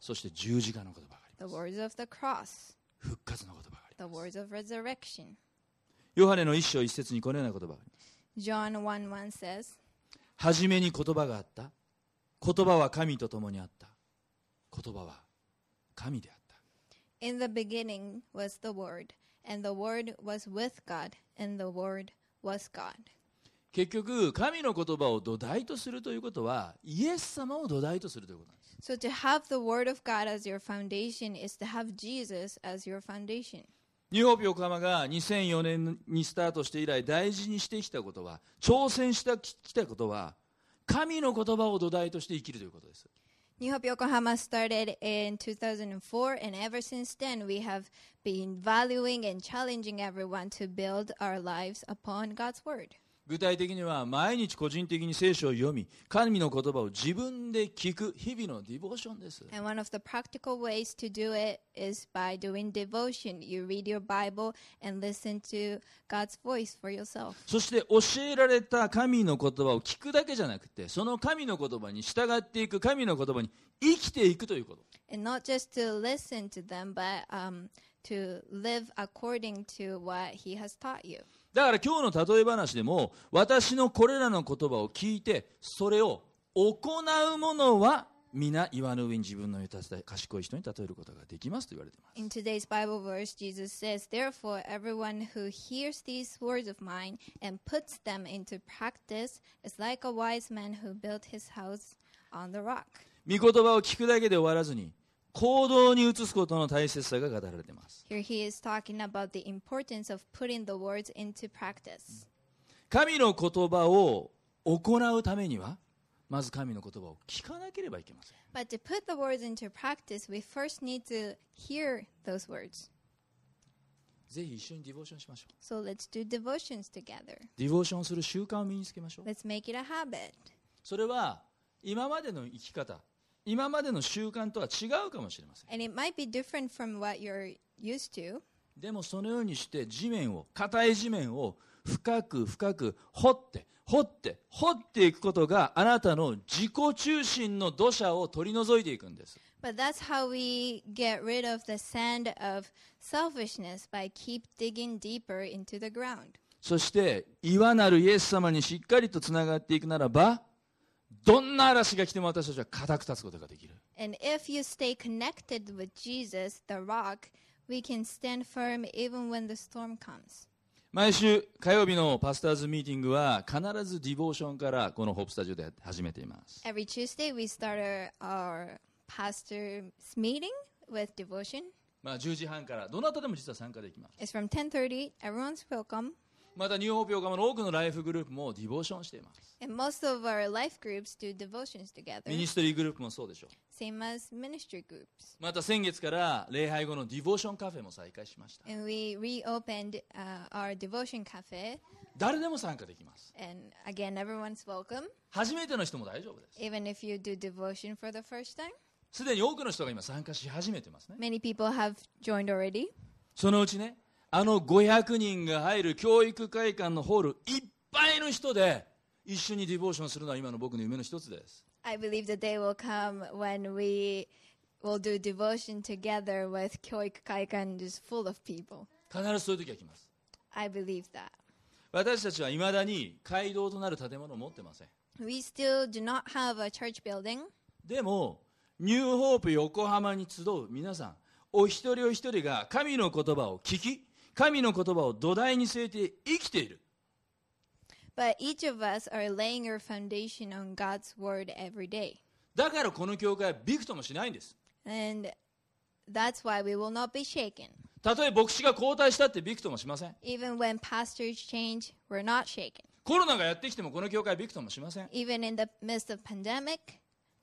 C: すそして十字架の言葉があり
D: the
C: ます
D: words of the cross,
C: 復活の言葉があり
D: the
C: ます
D: words of resurrection.
C: ヨハネの一章一節にこのような言葉があります
D: John 1 1 says,
C: はじめに言葉があった言葉は神と共にあった言葉は神であった
D: In the beginning was the Word, and the Word was with God, and the Word was God.
C: 結局神の言葉を土台とするということはイエス様を土台とするということなんです
D: So to have the Word of God as your foundation is to have Jesus as your foundation.
C: ニューホープ横浜が2004年にスタートして以来大事にしてきたことは挑戦してきたことは神の言葉を土台として生きるということです
D: New Hope Yokohama started in 2004, and ever since then, we have been valuing and challenging everyone to build our lives upon God's Word.
C: 具体的には毎日個人的に聖書を読み神の言葉を自分で聞く日々のディボーションです
D: And one of the practical ways to do it is by doing devotion. You read your Bible and listen to God's voice for yourself.
C: そして教えられた神の言葉を聞くだけじゃなくてその神の言葉に従っていく神の言葉に生きていくということ
D: And not just to listen to them, but um, to live according to what He has taught you.
C: だから今日の例え話でも私のこれらの言葉を聞いてそれを行う者は皆岩の上に自分の立てた賢い人に例えることができますと言われています
D: In today's Bible verse, Jesus says, Therefore, everyone who hears these words of mine and puts them into practice is like a wise man who built his house on the rock.
C: 御言葉を聞くだけで終わらずに行動に移すことの大切さが語られています
D: Here he is talking about the importance of putting the words into practice.
C: 神の言葉を行うためにはまず神の言葉を聞かなければいけません
D: But to put the words into practice, we first need to hear those words.
C: ぜひ一緒にディボーションしましょう
D: So let's do devotions together.
C: ディボーションする習慣を身につけましょう
D: Let's make it a habit.
C: それは今までの生き方今までの習慣とは違うかもしれません
D: And it might be different from what you're used to,
C: でもそのようにして地面を硬い地面を深く深く掘って掘って掘っていくことがあなたの自己中心の土砂を取り除いていくんです
D: but that's how we get rid of the sand of selfishness by keep digging deeper into the ground.
C: そして岩なるイエス様にしっかりとつながっていくならばどんな嵐が来ても私たちは固く立つことができる
D: And if you stay connected with Jesus, the rock, we can stand firm even when the storm comes.
C: 毎週火曜日のパスターズミーティングは必ずディボーションからこのホープスタジオで始めています。
D: Every Tuesday, we start our, our pastor's meeting with devotion.
C: まあ10時半からどなたでも実は参加できます。
D: It's from 10:30. Everyone's welcome.
C: またニューホープ横浜の多くのライフグループもディボーションしています。
D: And most of our life groups do devotions together,
C: ミニストリーグループもそうでしょう。
D: same as ministry groups.
C: また先月から礼拝後のディボーションカフェも再開しました。
D: And we reopened uh, our devotion cafe,
C: 誰でも参加できます。
D: and again, everyone's welcome,
C: 初めての人も大丈夫です。
D: even if you do devotion for the first time.
C: すでに多くの人が今参加し始めてますね。
D: Many people have joined already.
C: そのうちね、あの500人が入る教育会館のホールいっぱいの人で一緒にディボーションするのは今の僕の夢の一つです。
D: I believe the day will come when we will do devotion together with Kyoik Kaikan, just full of people.
C: 必ずそういう時が来ます。
D: I believe that.
C: 私たちはいまだに街道となる建物を持ってません。
D: We still do not have a church building,
C: でも、ニューホープ横浜に集う皆さん、お一人お一人が神の言葉を聞き、神の言葉を土台に据えて生きている。
D: but each of us are laying our foundation on God's word every day.
C: だからこの教会はびくともしないんです。
D: And that's why we will not be shaken.
C: たとえ牧師が交代したってびくともしません。
D: Even when pastors change, we're not shaken.
C: コロナがやってきてもこの教会はびくともしません。
D: Even in the midst of pandemic,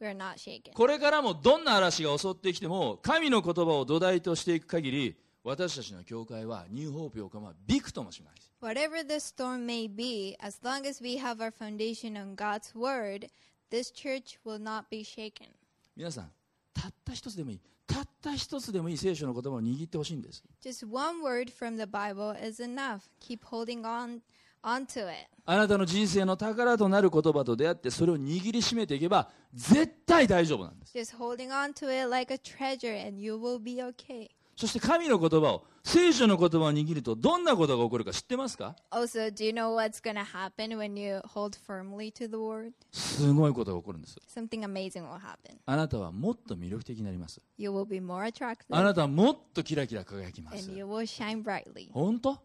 D: we're not shaken.
C: これからもどんな嵐が襲ってきても神の言葉を土台としていく限り私たちの教会はニューホープ横浜はびくともしない
D: Whatever the storm may be, as long as we have our foundation on God's word, this church will not be shaken.
C: 皆さんたった一つでもいいたった一つでもいい聖書の言葉を握ってほしいんです
D: Just one word from the Bible is enough. Keep holding on onto it.
C: あなたの人生の宝となる言葉と出会ってそれを握りしめていけば絶対大丈夫なんです
D: Just holding on to it like a treasure and you will be okay.
C: そして神の言葉を聖書の言葉を握るとどんなことが起こるか知ってますか
D: Also, do you know what's going to happen when you hold firmly to the word?
C: すごいことが起こるんです
D: Something amazing will happen.
C: あなたはもっと魅力的になります
D: You will be more
C: あ
D: attractive
C: なたはもっとキラキラ輝きま
D: and
C: す
D: you will shine brightly.
C: 本当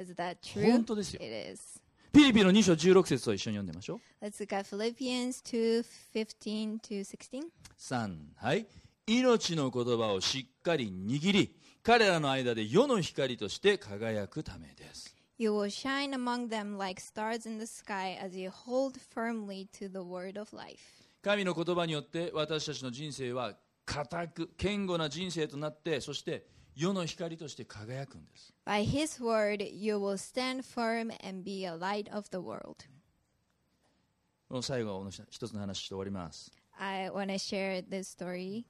D: Is that true?
C: 本当ですよ。
D: It is.
C: ピリピの2章16節と一緒に読んでみましょう。
D: Let's look at Philippians 2 15 to 16.
C: 3、はい。命の言葉をしっかり握り、彼らの間で世の光として輝くためです。
D: You will shine among them like stars in the sky as you hold firmly to the word of life.
C: 神の言葉によって私たちの人生は固く、堅固な人生となって、そして世の光として輝くんです。
D: By his word, you will stand firm and be a light of the world.
C: もう最後の一つの話して終わります。
D: I want to share this story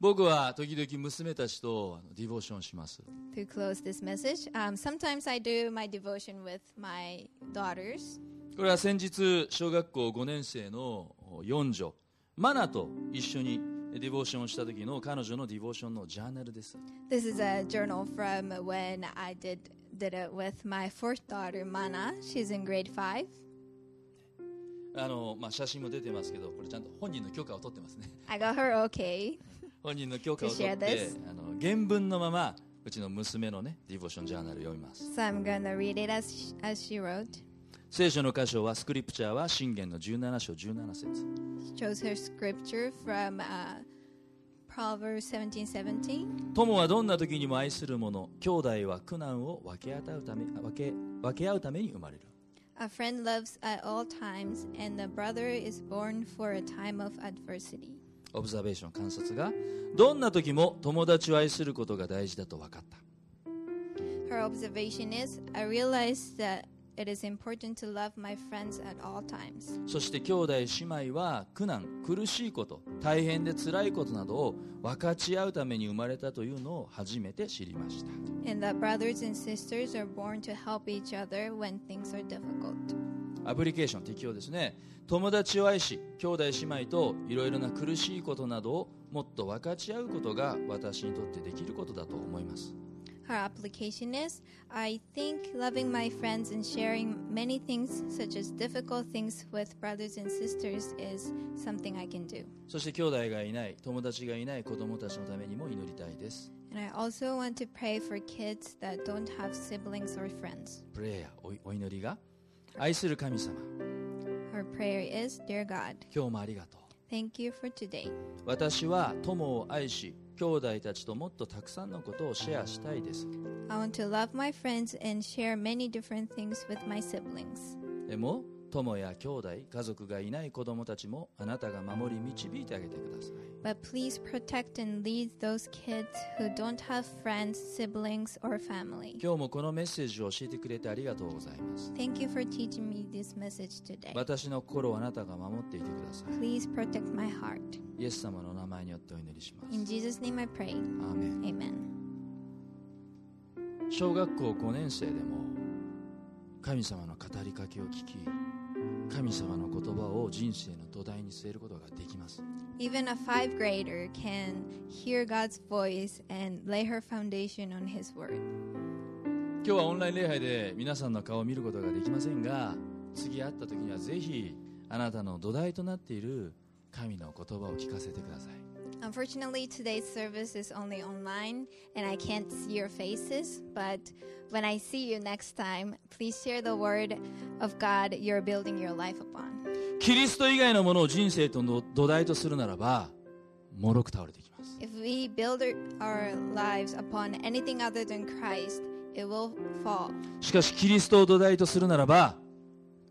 C: 僕は時々娘たちとあのディボーションします。
D: to close this message. Um, sometimes I do my devotion with my daughters.
C: これは先日小学校5年生の四女マナと一緒にディボーションをした時の彼女のディボーションのジャーナルです
D: This is a journal from when I did did it with my fourth daughter, Mana. She's in grade five.
C: あの、まあ、写真も出てますけどこれちゃんと本人の許可を取ってますね
D: I got her okay.
C: 本人の許可を取っ
D: To share
C: て
D: this?
C: あの原文のままうちの娘のねディボーションジャーナルを読みます
D: So I'm gonna read it as sh- as she wrote.
C: 聖書の箇所はスクリプチャーは信玄の17章17節
D: She chose her scripture from uh, Proverbs 17:17.
C: 友はどんな時にも愛する者兄弟は苦難を分け与うため分け分け合うために生まれる
D: A friend loves at all times, and a brother is born for a time of adversity.
C: オブザベーション観察がどんな時も友達を愛することが大事だと分かった
D: Her observation is: I realize that it is important to love my friends at all times.
C: そして兄弟姉妹は苦難苦しいこと大変で辛いことなどを分かち合うために生まれたというのを初めて知りました
D: and that brothers and sisters are born to help each other when things are difficult.
C: アプリケーション適用ですね友達を愛し兄弟姉妹といろいろな苦しいことなどをもっと分かち合うことが私にとってできることだと思います
D: Her application is I think loving my friends and sharing many things, such as difficult things with brothers and sisters, is something I can do.
C: そして兄弟がいない友達がいない子供たちのためにも祈りたいです
D: And I also want to pray for kids that don't have siblings or friends.
C: プレイヤーおお祈りが愛する神様
D: Her prayer is Dear God,
C: 今日もありがとう
D: thank you for today.
C: 私は友を愛し兄弟たちともっとたくさんのことをシェアしたいです
D: I want to love my friends and share many different things with my siblings.
C: でも友や兄弟家族がいない子供たちもあなたが守り導いてあげてください
D: But please protect and lead those kids who don't have friends, siblings, or family.
C: 今日もこのメッセージを教えてくれてありがとうございます
D: Thank you for teaching me this message today.
C: 私の心をあなたが守っていてくださ
D: Please protect my heart.
C: いイエス様の名前によってお祈りしま
D: In
C: す
D: Jesus' name I pray.
C: アーメン
D: Amen.
C: 小学校5年生でも神様の語りかけを聞き神様の言葉を人生の土台に据えることができます
D: Even a five grader can hear God's voice and lay her foundation on His word.
C: 今日はオンライン礼拝で皆さんの顔を見ることができませんが次会った時にはぜひあなたの土台となっている神の言葉を聞かせてください
D: Unfortunately, today's service is only online and I can't see your faces, but when I see you next time, please share the word of God you're building your life upon.
C: キリスト以外のものを人生との土台とするならばもろく倒れていきます
D: If we build our- our lives upon anything other than Christ, it will fall.
C: しかしキリストを土台とするならば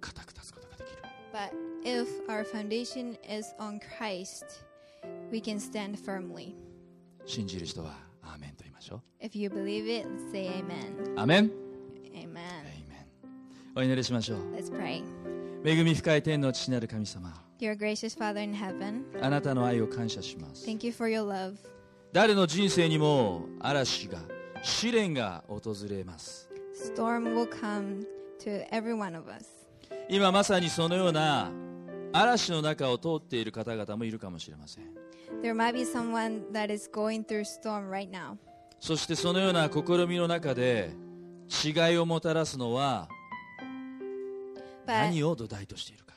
C: 固く立つことができる
D: But if our foundation is on Christ, we can stand firmly.
C: 信じる人はアーメンと言いましょ
D: If you believe it, say amen.
C: うアーメンア
D: Amen.
C: ーメンお祈りしましょう
D: Let's pray.
C: 恵み深い天の父なる神様
D: Dear gracious Father in heaven,
C: あなたの愛を感謝します
D: thank you for your love.
C: 誰の人生にも嵐が試練が訪れます
D: Storm will come to every one of us.
C: 今まさにそのような嵐の中を通っている方々もいるかもしれません
D: There might be someone that is going through storm right now.
C: そしてそのような試みの中で違いをもたらすのは
D: But
C: 何を土台としているか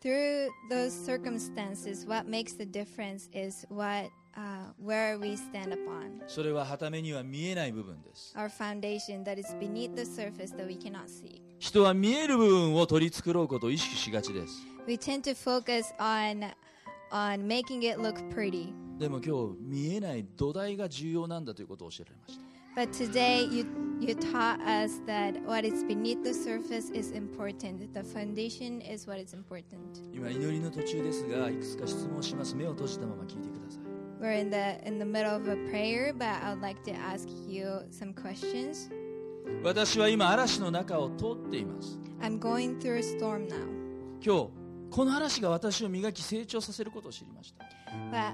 D: through those circumstances, what makes the difference is what uh, where we stand upon
C: それははためには見えない部分です
D: our foundation that is beneath the surface that we cannot see.
C: 人は見える部分を取り繕うことを意識しがちです
D: We tend to focus on on making it look pretty.
C: でも今日見えない土台が重要なんだということを教えられました
D: But today you you taught us that what is beneath the surface is important. The foundation is what is important.
C: 今祈りの途中ですがいくつか質問をします目を閉じたまま聞いてください
D: We're in the in the middle of a prayer, but I'd like to ask you some questions.
C: 私は今嵐の中を通っています
D: I'm going through a storm now,
C: 今日この嵐が私を磨き成長させることを知りました、
D: but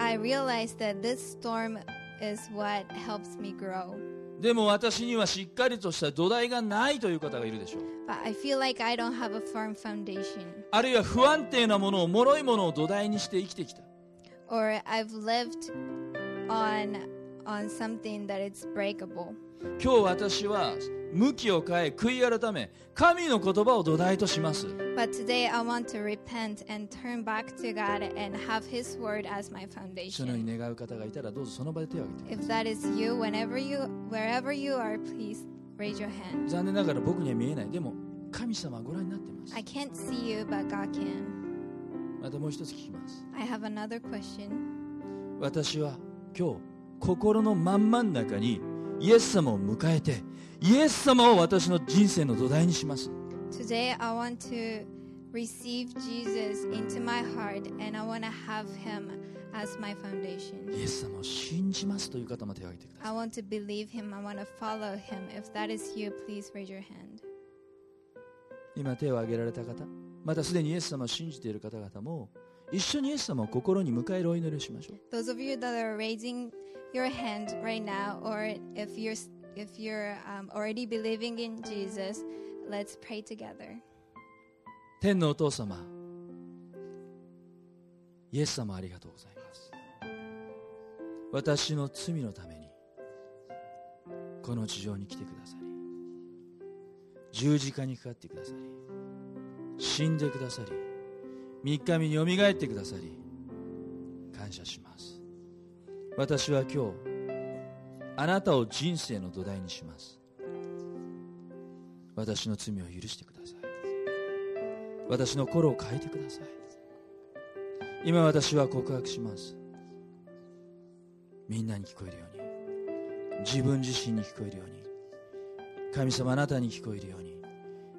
D: I realize that this storm is what helps me grow.
C: でも私にはしっかりとした土台がないという方がいるでしょう
D: But I feel like I don't have a firm foundation,
C: あるいは不安定なものを脆いものを土台にして生きてきた
D: or I've lived on on something that it's breakable.
C: 今日私は向きを変え悔い改め神の言葉を土台とします
D: But today I want to repent and turn back to God and have His Word as my
C: そのよう
D: foundation.
C: に願う方がいたらどうぞその場で手を挙げて
D: If that is you, whenever you, wherever you are, please raise your hand.
C: 残念ながら僕には見えないでも神様はご覧になってます
D: I can't see you, but God can.
C: またもう一つ聞きます
D: I have another question.
C: 私は今日心のまん真ん中にイエス様を迎えてイエス様を私の人生の土台にします
D: Today I want to receive Jesus into my heart and I want to have Him as my foundation.
C: イエス様を信じますという方も手を挙げてくだ
D: I
C: さい
D: want to believe Him, I want to follow Him. If that is you, please raise your hand.
C: 今手を挙げられた方またすでにイエス様を信じている方々も一緒にイエス様を心に迎えるお祈りをしましょう
D: Those of you that are raising your hand right now, or if you're if you're um, already believing in Jesus, let's pray together.
C: 天のお父様イエス様ありがとうございます私の罪のためにこの地上に来てくださり十字架にかかってくださり死んでくださり三日目によみがえってくださり感謝します私は今日あなたを人生の土台にします私の罪を許してください私の心を変えてください今私は告白しますみんなに聞こえるように自分自身に聞こえるように神様あなたに聞こえるように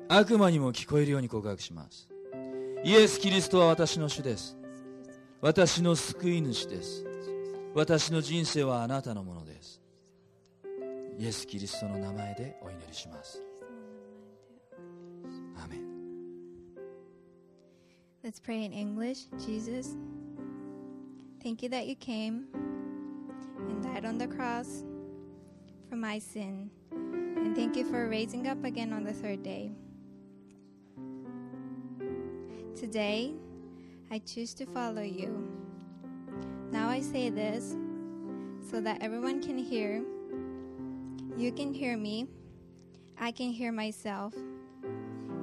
C: 悪魔にも聞こえるように告白しますイエス・キリストは私の主です私の救い主です私の人生はあなたのものですイエス・キリストの名前でお祈りしますアーメン
D: Let's pray in English. Jesus, thank you that you came and died on the cross for my sin. And thank you for raising up again on the third day. Today, I choose to follow you. Now I say this so that everyone can hear. You can hear me. I can hear myself.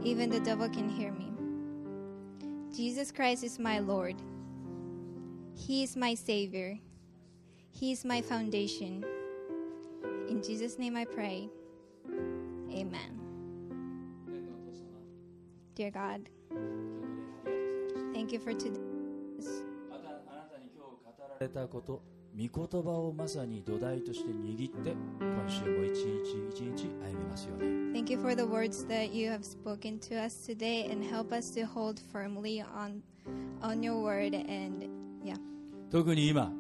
D: Even the devil can hear me. Jesus Christ is my Lord. He is my Savior. He is my foundation. In Jesus' name I pray. Amen. Dear God, thank you for today.
C: またあなたに今日語られたこと御言葉をまさに土台として握って今週も一日一日歩みますように
D: Thank you for the words that you have spoken to us today and help us to hold firmly on on your word and yeah.
C: 特に今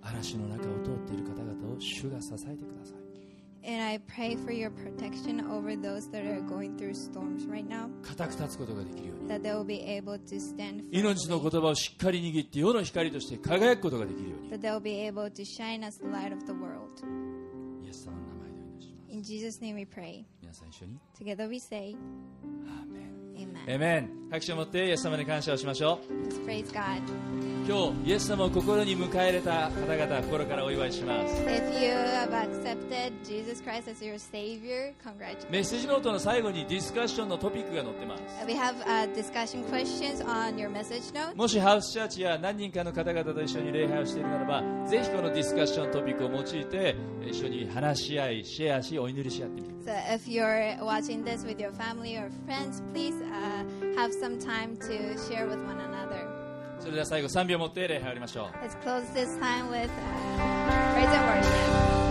C: 嵐の中を通っている方々を主が支えてください
D: And I pray for your protection over those that are going through storms right now.
C: 固く立つことができるように
D: that they will be able to stand
C: 命の
D: firmly,
C: 言葉をしっかり握って世の光として輝くことができるように
D: that they will be able to shine as the light of the world.
C: イエス様の名前でお祈りします
D: In Jesus' name we pray.
C: 皆さん一緒に
D: Together we say,
C: アーメン
D: Amen.
C: エメン拍手を持ってイエス様に感謝をしましょう
D: Let's praise God.
C: 今日イエス様を心に迎え入れた方々心からお祝いします
D: If you have accepted Jesus Christ as your Savior, congratulations.
C: メッセージノートの最後にディスカッションのトピックが載ってます
D: We have uh, discussion questions on your message note.
C: もしハウスチャーチや何人かの方々と一緒に礼拝をしているならばぜひこのディスカッショントピックを用いて一緒に話し合いシェアしお祈りし合ってみてくださ
D: So if you're watching this with your family or friends, please uh, have some time to share with one another.
C: いそれでは最後3秒持って礼拝を終わりましょう
D: Let's close this time with uh, praise and worship.